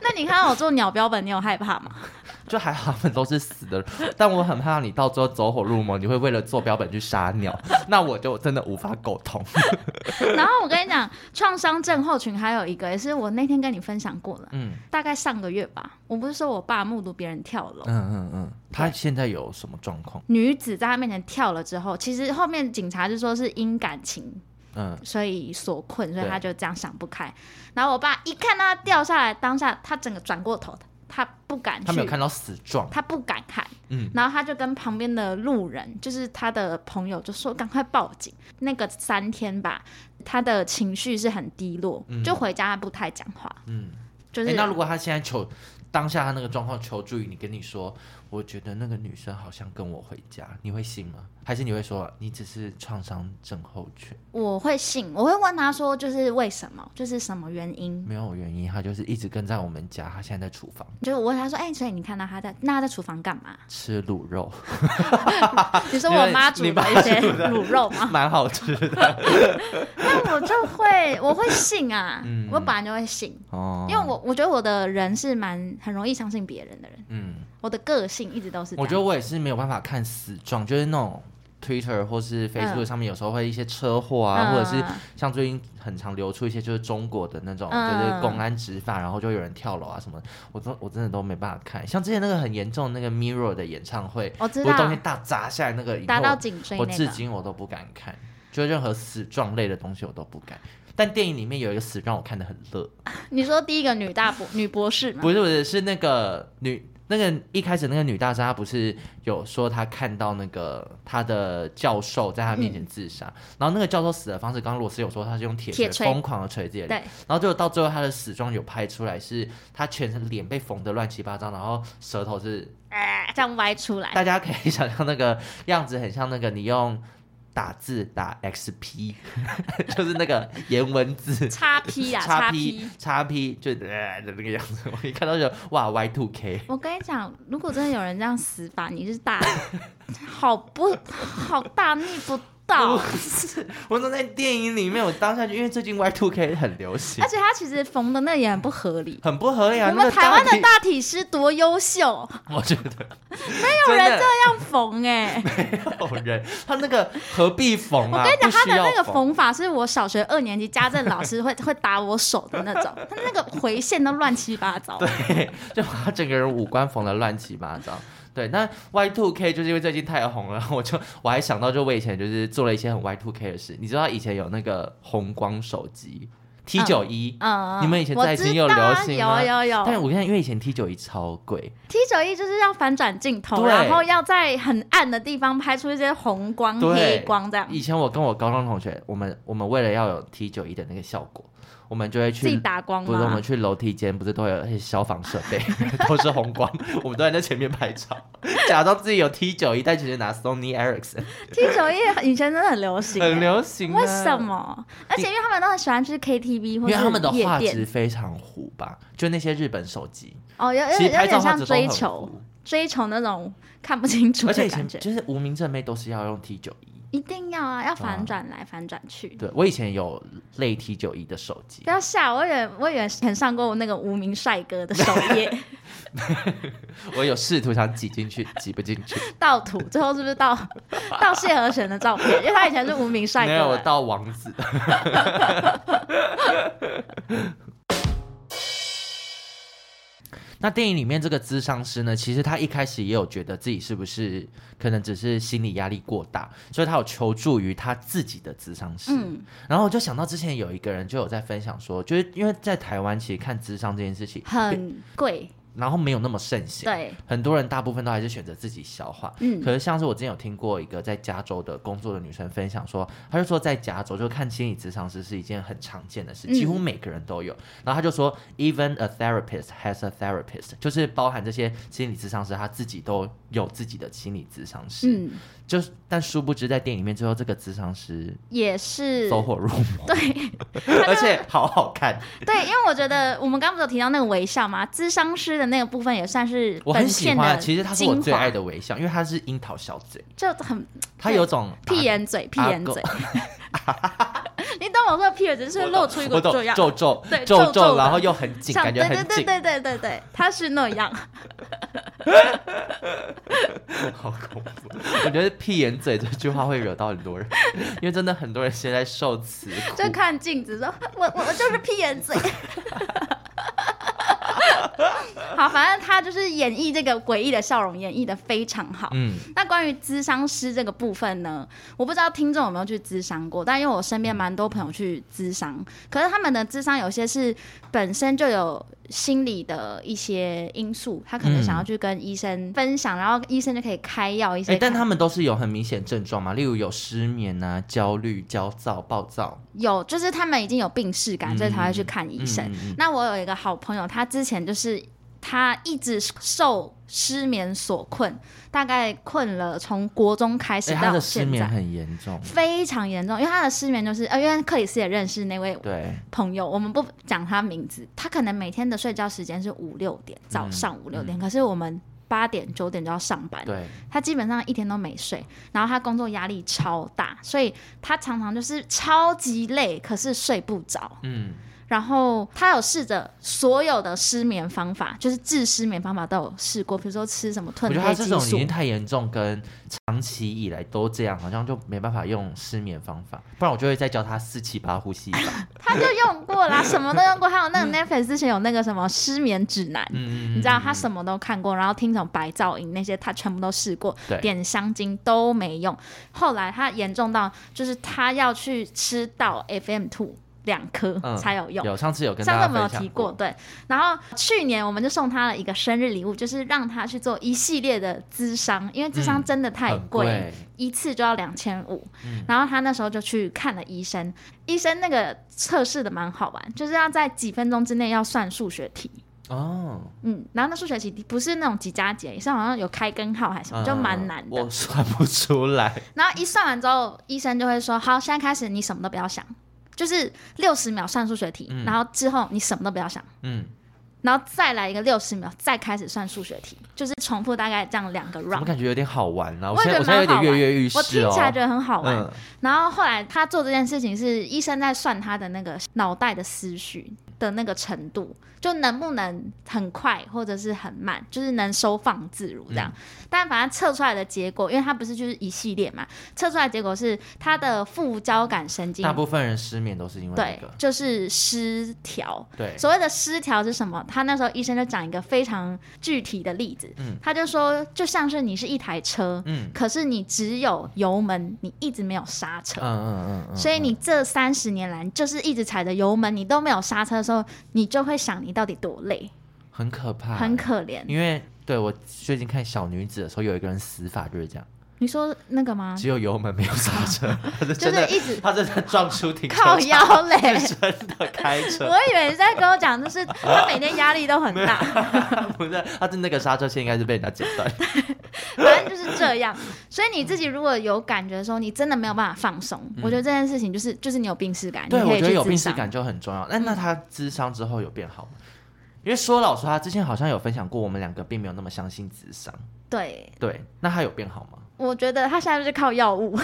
那你看到我做鸟标本，你有害怕吗？
就还好，他们都是死的，但我很怕你到最后走火入魔，你会为了做标本去杀鸟，那我就真的无法沟通。
然后我跟你讲，创伤症候群还有一个也是我那天跟你分享过的，
嗯
大概上个月吧。我不是说我爸目睹别人跳楼，
嗯嗯嗯，他现在有什么状况？
女子在他面前跳了之后，其实后面警察就说是因感情
嗯，
所以所困，所以
对
他就这样想不开。然后我爸一看到他掉下来，当下他整个转过头，他不敢去，
他没有看到死状。
他不敢看。
嗯
然后他就跟旁边的路人，就是他的朋友，就说赶快报警。那个三天吧，他的情绪是很低落，
嗯
就回家他不太讲话，
嗯，
就是、
诶那如果他现在求当下他那个状况求助于你，跟你说，我觉得那个女生好像跟我回家，你会信吗？还是你会说你只是创伤症候群，
我会信，我会问他说，就是为什么，就是什么原因。
没有原因，她就是一直跟在我们家，她现在在厨房
就是我问他说，哎、所以你看到他在那他在厨房干嘛？
吃卤肉，
你说我妈煮
啊你妈
的一些
煮的
卤肉吗？
蛮好吃的
那我就会，我会信啊，
嗯
我本来就会信，
哦。
因为我我觉得我的人是蛮很容易相信别人的人，
嗯，
我的个性一直都是这样。
我觉得我也是没有办法看死状，就是那种 Twitter 或是 Facebook 上面有时候会一些车祸啊，
嗯
或者是像最近很常流出一些就是中国的那种，
嗯
就是公安执法，然后就有人跳楼啊什么，我真我真的都没办法看。像之前那个很严重的那个 Mirror 的演唱会，
我知
不是东
道
西大砸下来那个以
达
后，
到颈椎
我
那
至
个，
今我都不敢看，就任何死状类的东西我都不敢。但电影里面有一个死状，我看得很乐，
你说第一个女大博女博士嘛？
不是不是是那个女那个一开始那个女大生，她不是有说她看到那个她的教授在她面前自杀，然后那个教授死的方式，刚刚罗斯有说他是用铁
铁
锤
锤
疯狂的锤自己的脸，
对，
然后就到最后他的死状有拍出来，是他全身脸被缝得乱七八糟，然后舌头是
哎这样歪出来，
大家可以想象那个样子，很像那个你用打字打 XP，就是 那个颜文 字。
叉 P 啊，
叉
叉
P 叉 P 就呃的那个样子，我一看到就哇 Y two K，
我跟你讲，如果真的有人这样死法，你是大，好不好大逆不道啊
不。是，我说在电影里面，我当下就因为最近 Y two K 很流行
而，且他其实缝的那也很不合理。
很不合理啊。
我哎们
那个
台湾的
体，
大体师多优 秀，
我觉得
没
没
有人这样缝哎、
有人，他那个何必缝啊？
我跟你讲，
不
他
需
的
要
那个，缝法是我小学二年级家政老师会会打我手的那种，他那个回线都乱七八糟。
对，就把他整个人五官缝的乱七八糟。对，那 Y two K 就是因为最近太红了， 我就我还想到，就我以前就是做了一些很 Y two K 的事。你知道以前有那个红光手机 T 九一，
嗯，
你们以前在已经有
我知道啊
流行吗
有有
但
有
我跟你讲，因为以前 T 九一超贵，
，T 九一就是要反转镜头，
对
然后要在很暗的地方拍出一些红光、
对
黑光这样，
以前我跟我高中同学，我们我们为了要有 T 九一的那个效果，我们就会
自己
去。
打光
不是我
吗
们？去楼梯间，不是都有那些消防设备， 都是红光，我们都在那前面拍照，假装自己有 T 九一，但其实拿 Sony Ericsson，
T 九一以前真的很流行、
很
欸。
流行、啊。
为什？么？而且因为他们都很喜欢去 KTV
因
或
为
者
他们的
夜
画质
店
非常糊吧，就那些日本手机，
哦，有有有
其实拍照
点
画
像
质都
追
很
求
糊。
追求那种看不清楚
而且
的
以
感
前
觉，
就是无名正妹都是要用 T 九一。
一定要啊，要反
啊
转来反转去。
对我以前有类 T 九一的手机
不，要吓我，我以为我以为以前上过那个无名帅哥的首页
我有试图想挤进去，挤不进去。
盗图，最后是不是盗盗谢和弦的照片？因为他以前是无名帅
没有，我
哥。
到王子。 那电影里面这个咨商师呢，其实他一开始也有觉得自己是不是可能只是心理压力过大，所以他有求助于他自己的咨商师。
嗯，
然后我就想到之前有一个人就有在分享说，就是因为在台湾其实看咨商这件事情，
很贵，
然后没有那么盛行，
对，
很多人大部分都还是选择自己消化。
嗯
可是像是我之前有听过一个在加州的工作的女生分享说，她就说在加州就看心理咨商师是一件很常见的事，
嗯
几乎每个人都有。然后她就说，even a therapist has a therapist，就是包含这些心理咨商师，他自己都有自己的心理咨商师。
嗯，
就是但殊不知在电影里面，最后这个咨商师
也是
走火入魔，
对
而且好好看，
对，因为我觉得我们刚不是有提到那个微笑嘛，智商师的那个部分也算是
我
本
很喜
片的
欢。其实她是我最爱的微笑，因为她是樱桃小嘴，
精华，就很
她有种
屁眼嘴，屁眼嘴，你懂刚刚我说的 peer 只是露出一
我
个
懂
这样，
皱皱
对皱
皱
皱的
然后又很紧，
像
感觉
对对
很
对
紧，
对对对对，他是那样。
好恐怖。我觉得“屁眼嘴”这句话会惹到很多人， 因为真的很多人现在受此苦。
就看镜子说， 我我我就是屁眼嘴。 好，反正他就是演绎这个诡异的笑容，演绎的非常好。
嗯，
那关于咨商师这个部分呢，我不知道听众有没有去咨商过，但因为我身边蛮多朋友去咨商，可是他们的咨商有些是本身就有心理的一些因素，他可能
嗯
想要去跟医生分享，然后医生就可以开药一些
哎、
看。
但他们都是有很明显症状嘛，例如有失眠啊、焦虑、焦躁、暴躁。
有，就是他们已经有病逝感，所以才会去看医生。
嗯嗯嗯
那我有一个好朋友，他之前就是他一直受失眠所困，大概困了从国中开
哎、
始
他
到
的失
现
眠
在，
很严重。
非常严重。因为他的失眠就是，呃，因为克里斯也认识那位
对，
朋友，我们不讲他名字，他可能每天的睡觉时间是五六点，早上五六点，可是我们八点九点就要上班，
对，
他基本上一天都没睡，然后他工作压力超大，所以他常常就是超级累，可是睡不着。
嗯，
然后他有试着所有的失眠方法，就是治失眠方法都有试过，比如说吃什么
我
褪
觉得他
黑
这
激
种已
素
经。太严重，跟长期以来都这样，好像就没办法用失眠方法，不然我就会再教他四七八呼吸法。
他就用 过啦，什么都用过。还有那个 Netflix 之前有那个什么失眠指南，
嗯
你知道他什么都看过，然后听什么白噪音那些他全部都试过，
对
点香精都没用。后来他严重到就是他要去吃到 FM two 两颗
嗯
才有用。
有上次有跟大
上次
家
我们有
分享
提过，，对。然后去年我们就送他了一个生日礼物，就是让他去做一系列的咨商，因为咨商
嗯
真的太
很嗯
贵，一次就要两千五。然后他那时候就去看了医生，医生那个测试的蛮好玩，就是要在几分钟之内要算数学题。
哦，
嗯，然后那数学题不是那种几加几，是好像有开根号还是什
嗯
么，就蛮难的
我。算不出来。
然后一算完之后，医生就会说：“好，现在开始你什么都不要想，就是六十秒算数学题，
嗯
然后之后你什么都不要想，
嗯，
然后再来一个六十秒，再开始算数学题，就是重复大概这样两个
怎么
round。”
感觉有点好玩啊呢、我
我
现
也
在
觉
我
得
现在有
蛮好
点
玩，
跃跃欲
我
试
听起来
哦
觉。得很好玩。
嗯，
然后后来他做这件事情是医生在算他的那个脑袋的思绪的那个程度，就能不能很快或者是很慢，就是能收放自如这样。
嗯
但反正测出来的结果，因为他不是就是一系列嘛，测出来的结果是他的副交感神经
大部分人失眠都是因为
对
这个。
就是失调。
对，
所谓的失调是什么？他那时候医生就讲一个非常具体的例子，
嗯
他就说就像是你是一台车，
嗯
可是你只有油门，你一直没有刹车
嗯。嗯嗯嗯，
所以你这三十年来，你就是一直踩着油门，你都没有刹车的时候，你就会想你到底多累，
很可怕，
很可怜。
因为对我最近看小女子的时候，有一个人死法就是这样，
你说那个吗？
只有油门没有刹 车，他是
嗯就
真
是
的，
一直
他真的撞出停车
靠
场，
腰欸嘞。
是真的开 车，
我以为你在跟我讲，就是他每天压力都很 大，
不是，他的那个刹车线应该是被人家剪断。
反正就是这样。所以你自己如果有感觉的时候，你真的没有办法放松。我觉得这件事情就是就是你有病耻感，你
嗯对，我
可以
觉得
去
有
自
病耻
伤。嗯
感就很重要。那那他智商之后有变好吗？因为说老实话，之前好像有分享过，我们两个并没有那么相信智商。
对，
对，那他有变好吗？
我觉得他现在就是靠 药物，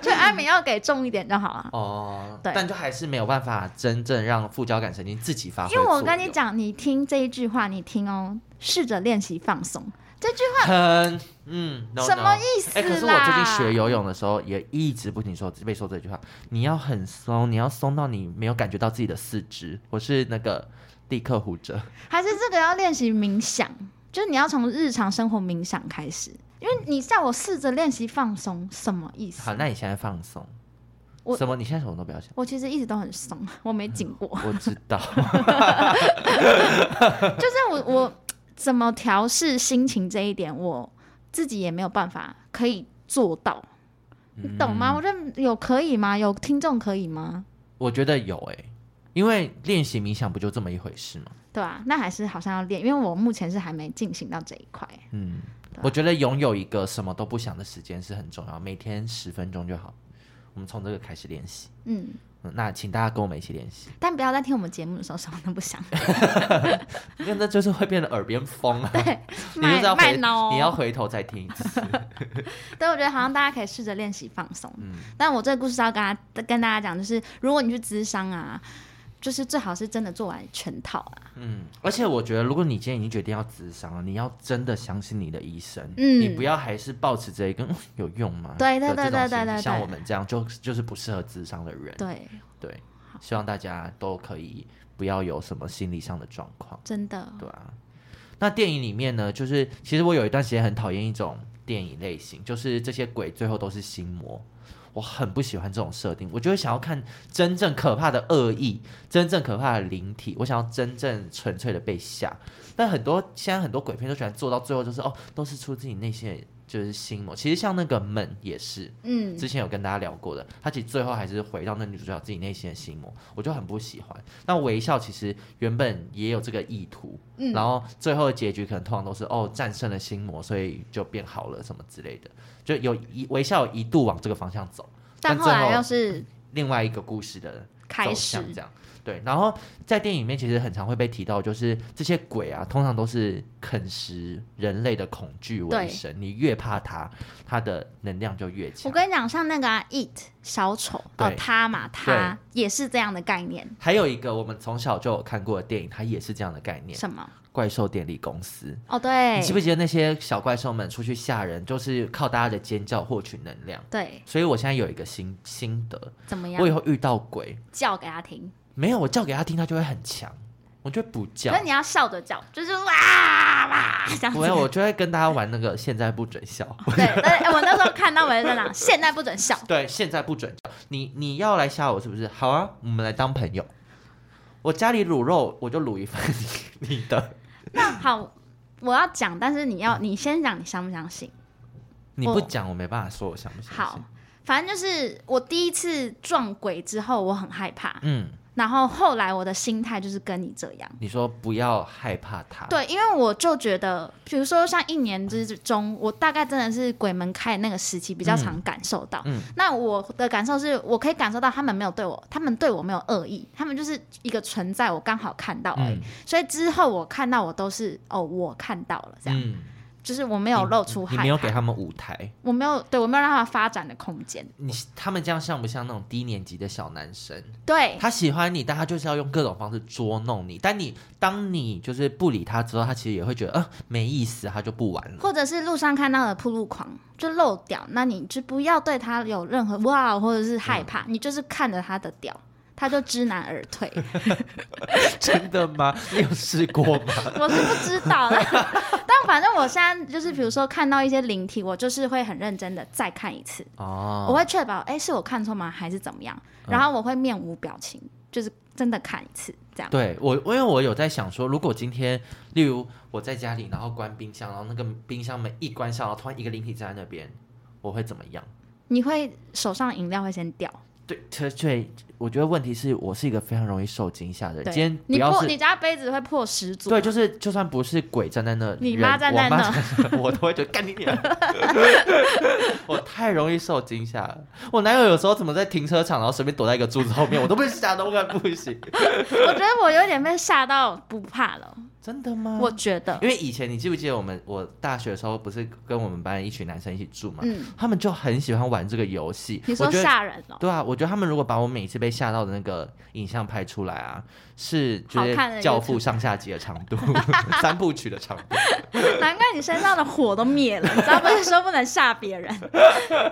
就安眠药给重一点就好了。
哦，
对
但就还是没有办法真正让副交感神经自己发挥
因
作
为
用。
我跟你讲，你听这一句话，你听哦，试着练习放松。这句
很嗯，no,
什么
no
意思
哎、
啦？
可是我最近学游泳的时候，也一直不停说被说这句话：你要很松，你要松到你没有感觉到自己的四肢。我是那个立刻胡者，
还是这个要练习冥想，就是你要从日常生活冥想开始。因为你叫我试着练习放松，什么意思？
好，那你现在放松。
我
什么？你现在什么都不要想。
我其实一直都很松，我没紧过。
我知 道，
就是我我怎么调试心情这一点，我自己也没有办法可以做到，你懂
嗯
吗？我觉得有可以吗？有听众可以吗？
我觉得有哎、因为练习冥想不就这么一回事吗？
对啊，那还是好像要练，因为我目前是还没进行到这一块。
嗯
对啊，
我觉得拥有一个什么都不想的时间是很重要，每天十分钟就好。我们从这个开始练习。
嗯，
嗯那请大家跟我们一起练习，
但不要在听我们节目的时候什么都不想，
因为那就是会变得耳边风啊。
对，
你就是
卖
要
卖
回，
脑哦。
你要回头再听一 次。
对，我觉得好像大家可以试着练习放松。
嗯
但我这个故事是要跟大家跟大家讲，就是如果你去咨商啊，就是最好是真的做完全套啊。
嗯，而且我觉得，如果你今天已经决定要咨商了，你要真的相信你的医生，
嗯
你不要还是抱持着一个、嗯、有用吗？
对对
的
对
这种
对对
心
对
理像
对
我们这样就就是不适合咨商的人。
对，
对，希望大家都可以不要有什么心理上的状况。
真的，
对啊，那电影里面呢，就是其实我有一段时间很讨厌一种电影类型，就是这些鬼最后都是心魔。我很不喜欢这种设定，我就会想要看真正可怕的恶意，真正可怕的灵体，我想要真正纯粹的被吓。但很多现在很多鬼片都喜欢做到最后，就是哦，都是出自己内心的就是心魔。其实像那个门也是，
嗯，
之前有跟大家聊过的，他其实最后还是回到那女主角自己内心的心魔，我就很不喜欢。那微笑其实原本也有这个意图，
嗯
然后最后的结局可能通常都是哦战胜了心魔，所以就变好了什么之类的，就有一微笑有一度往这个方向走，
但
但
后来
最后
又是
另外一个故事的
开
走
始
向，这样。对，然后在电影里面其实很常会被提到，就是这些鬼啊，通常都是啃食人类的恐惧
对
为生，你越怕它，它的能量就越强
我。跟你讲，像那个、啊、It 小丑哦，
对
他嘛，他也是这样的概念。
还有一个我们从小就有看过的电影，它也是这样的概念，《
什么？
怪兽电力公司》。
哦，对
你，记不记得那些小怪兽们出去吓人，就是靠大家的尖叫获取能量？
对，
所以我现在有一个心心得，
怎么样
我以？后遇到鬼，
叫给他听，
没有我叫给他听，他就会很强，我就会不叫
可是。你要笑着叫，就是哇哇这样哦子。
没有，我就会跟大家玩那个现在不准笑。
对，但哎我那时候看到我就在那，现在不准笑。
对，现在不准叫你，你要来吓我是不是？好啊，我们来当朋友。我家里卤肉，我就卤一份 你你的，
那好，我要讲，但是你要你先讲，你相不相信？
你
我
不讲我没办法说我相不相信。
哦好，反正就是我第一次撞鬼之后，我很害怕，
嗯，
然后后来我的心态就是跟你这样。
你说不要害怕它，，
对，因为我就觉得，比如说像一年之中，我大概真的是鬼门开那个时期比较常感受到。
嗯
那我的感受是我可以感受到他们没有对我，他们对我没有恶意，他们就是一个存在，我刚好看到而已。
嗯
所以之后我看到我都是哦，我看到了这样，
嗯，
就是我没有露出害
你
怕，
没有给他们舞台，
我没有对我没有让他们发展的空间。
你他们这样像不像那种低年级的小男生？
对，
他喜欢你，但他就是要用各种方式捉弄你。但你当你就是不理他之后，他其实也会觉得啊、没意思，他就不玩了。
或者是路上看到的铺路狂就漏屌，那你就不要对他有任何哇，或者是害怕，
嗯
你就是看着他的屌，他就知难而 退。
真的 吗？你有试过吗？
我是不知道的， 但反正我现在就是，比如说看到一些灵体，我就是会很认真的再看一次，
哦，嗯
我会确保，哎、是我看错吗，还是怎么样？然后我会面无表情，就是真的看一次这样。
对我，因为我有在想说，如果今天，例如我在家里，然后关冰箱，然后那个冰箱门一关上，然后突然一个灵体站在那边，我会怎么样？
你会手上饮料会先掉，
对，对，对，我觉得问题是我是一个非常容易受惊吓的人。今
对
天，不
你
要
破
是
你家杯子会破十组，
对，就是就算不是鬼站在那，
你
人
妈站在那
我妈站在我都会觉得干你 娘！我太容易受惊吓了。我男友有时候怎么在停车场，然后随便躲在一个柱子后面，我都被吓到，我敢不行。
我觉得我有点被吓到不怕了，
真的吗？
我觉得，
因为以前你记不记得我们我大学的时候不是跟我们班一群男生一起住嘛，
嗯，
他们就很喜欢玩这个游戏。
你说
我觉得
吓人哦，
对啊，我觉得他们如果把我每次被吓到的那个影像拍出来啊，是就
好
是
看的
《教父》上下集的长 度，三部曲的长度。
难怪你身上的火都灭了，你知道不是说不能吓 别人，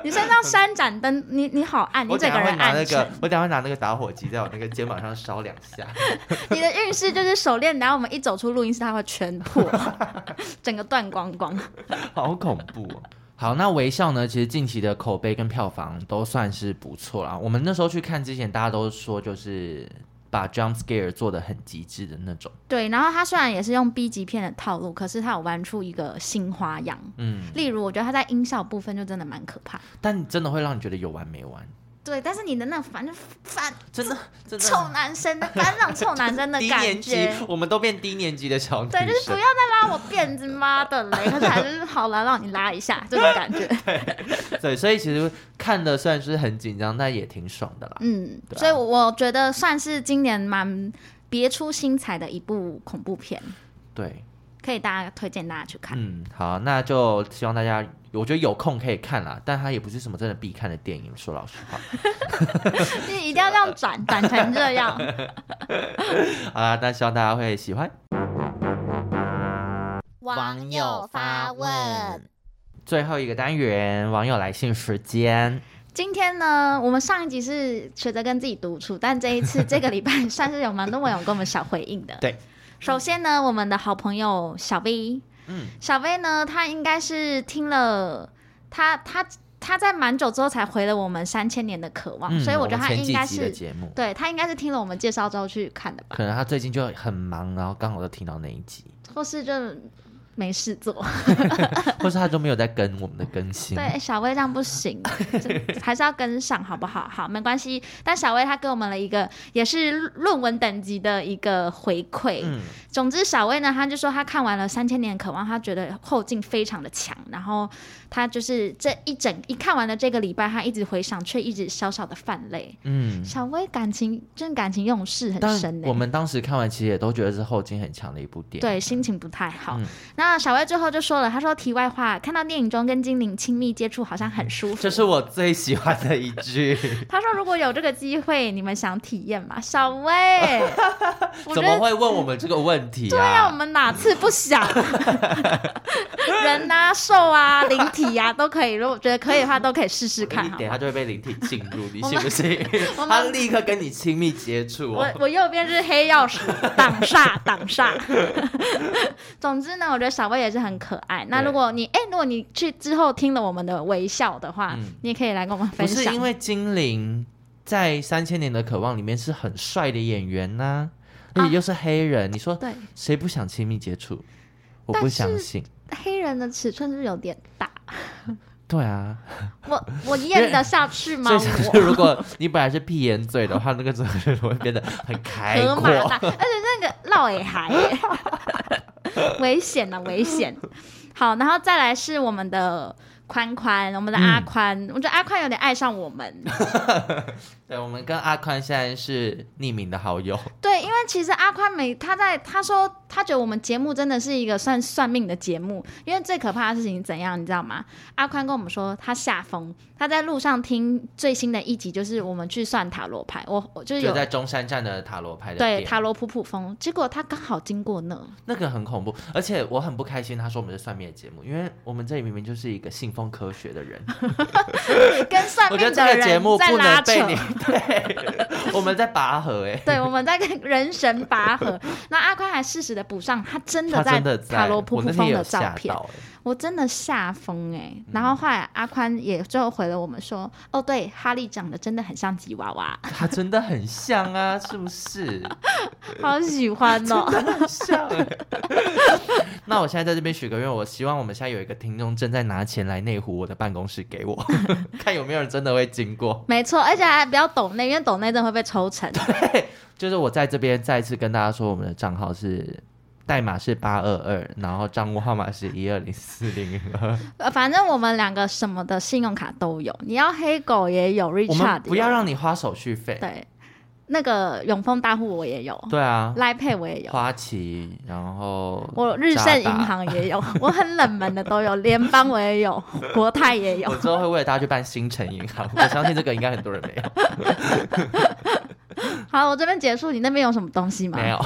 你身上扇盏灯，你你好暗，你
我等
整
一下
个
会
人
拿
暗
那
沉
个，，我等一下会拿那个打火机在我那个肩膀上烧两下。
你的运势就是手链，然后我们一走出录音室，它会全破， 整个断光光。
好恐怖哦！好，那微笑呢？其实近期的口碑跟票房都算是不错啦。我们那时候去看之前，大家都说就是把 jump scare 做的很极致的那种。
对，然后它虽然也是用 B 级片的套路，可是它有玩出一个新花样。
嗯，
例如，我觉得它在音效部分就真的蛮可怕的。
但真的会让你觉得有完没完。
对，但是你的那反正反
真的真 的
臭男生的班上臭男生 的
低
感
年级
觉。，
我们都变低年级的小女
对，就是不
生
要。再拉我辫子，妈的 嘞！可是还是好了，让你拉一下，这种感觉。
对，所以其实看的虽然是很紧张，但也挺爽的啦。
嗯，
对啊
所以我觉得算是今年蛮别出心裁的一部恐怖片，
对，
可以大家推荐大家去看。
嗯，好，那就希望大家，我觉得有空可以看啦，但它也不是什么真的必看的电影，说老实话。
你一定要这 样转转成这样。
好啦，但希望大家会喜欢。
网友发问。
最后一个单元，网友来信时间。
今天呢，我们上一集是学着跟自己独处，但这一次这个礼拜算是有蛮多网友跟我们小回应的。
对，
首先呢，我们的好朋友小 V，
嗯，
小 V 呢，他应该是听了他他他在蛮久之后才回了我们三千年的渴望，
嗯
哦所以我觉得
们
他
前
应
几
该
集的
是
节目，
对他应该是听了我们介绍之后去看的吧，
可能他最近就很忙，然后刚好都听到那一集，
或是就没事做。
或是他都没有在跟我们的更新。
对，小薇这样不 行，这还是要跟上，好不好？好，没关系。但小薇她给我们了一个也是论文等级的一个回馈。
嗯，
总之，小薇呢，她就说她看完了《三千年的渴望》，她觉得后劲非常的强，然后她就是这一整一看完了这个礼拜，她一直回想，却一直小小的泛泪。
嗯
小薇感情真的感情用事很
但
深呢、
我们当时看完，其实也都觉得是后劲很强的一部电影。
对，心情不太好。
嗯
那小薇最后就说了，她说题外话，看到电影中跟精灵亲密接触好像很舒服。
这是我最喜欢的一句。
他说：“如果有这个机会，你们想体 验吗？”小薇， 我觉
怎么
得
会问我们这个问题
对呀、我
啊？
们哪次 不想？人啊、兽啊、灵体啊都可以，如果觉得可以的话，都可以试试看，
你
好
等一
吗
下？就会被灵体进入，你信不信？
我们
他立刻跟你亲密接触
我
哦。
我右边是黑曜石，挡煞挡 煞。总之呢，我觉得小薇也是很可爱。那
对
如果你哎、如果你去之后听了我们的微笑的话，
嗯
你也可以来跟我们
不
分
是
享
因。为精灵在《三千年的渴望》里面是很帅的演员呐、而且又是黑人，你说
啊对，
谁不想亲密接触？我
但
不
是
相信。
黑人的尺寸是不是有点大，
对啊，
我我咽得下去
所
吗？
以
我
就是如果你本来是闭眼嘴的话，那个嘴唇会变得很开
河
阔
马。大，而且那个绕尾海，危险啊，危险！好，然后再来是我们的宽宽，我们的阿
嗯
宽，我觉得阿宽有点爱上我们，
对，我们跟阿宽现在是匿名的好友。
对，因为其实阿宽每他在他说他觉得我们节目真的是一个算算命的节目，因为最可怕的事情是怎样，你知道吗？阿宽跟我们说他下风，他在路上听最新的一集，就是我们去算塔罗牌，我我就是
就
有。
在中山站的塔罗牌的
对
店
塔罗普普风，结果他刚好经过那，
那个很恐怖，而且我很不开心。他说我们是算命的节目，因为我们这里明明就是一个信奉科学的 人，
跟算
我
命
觉
的
得这
人
个节目
在
不
拉
能
扯
被。你 对，我 们在拔河哎、
对，我们在跟人神拔河。 那阿宽还适时的补上，他真
他
的在
真的在
塔罗普
我
普
那天
风
也
的
有吓
照
到嗯
片，
欸
我真的吓疯哎、然后后来阿宽也最后回了我们说，哦，对，哈利长得真的很像吉娃娃，
他真的很像 啊，是不是？
好喜欢 哦。
很像欸。 那我现在在这边许个愿，我希望我们现在有一个听众正在拿钱来内湖我的办公室给我， 看有没有人真的会经过。
没错，而且还不要抖内，因为抖内真的会被抽成。
就是我在这边再次跟大家说，我们的账号是代码是八二二，然后账户号码是一二零四零 二。
呃反正我们两个什么的信用卡都有，你要黑狗也有
我
，Richard
们
也
不要让你花手续费
有。对那个永丰大户我也有，
对啊，
赖配我也有。
花旗，然后
我日盛银
渣打。
行也有， 我很冷门的都有， 联邦我也有，国泰也 有
我。之后会为了大家去办新城银行，我相信这个应该很多人没有，
好，我这边结束，你那边有什么东西吗？
没。 有。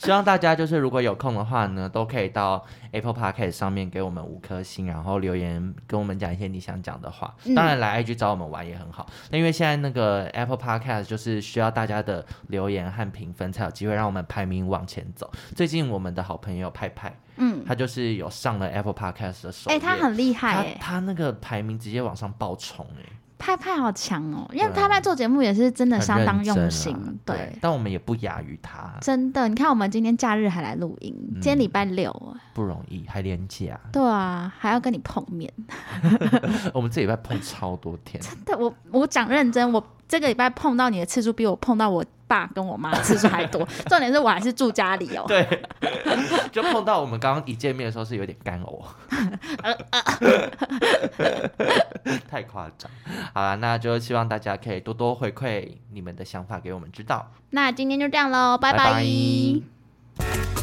希望大家就是如果有空的话呢，都可以到 Apple Podcast 上面给我们五颗星，然后留言跟我们讲一些你想讲的话。
嗯
当然来 IG 找我们玩也很好，那因为现在那个 Apple Podcast 就是需要大家的留言和评分才有机会让我们排名往前走。最近我们的好朋友派派，
嗯，
他就是有上了 Apple Podcast 的首
哎、
页，
他很厉害
他
哎、
他那个排名直接往上爆冲哎、
派派好强哦，因为
对啊
派派做节目也是真的
很
相当
认真
用
啊
心，对。
但我们也不亚于他，
真的，你看我们今天假日还来录音，
嗯
今天礼拜六啊，
不容易，还廉价。
对啊，还要跟你碰面。
我们这礼拜碰超多天，
但我我讲认真，我这个礼拜碰到你的次数比我碰到我爸跟我妈的次数还 多。重点是我还是住家里哦，
对，就碰到我们刚刚一见面的时候是有点干呕， 太夸张。好了，那就希望大家可以多多回馈你们的想法给我们知道。
那今天就这样喽，拜
拜拜
拜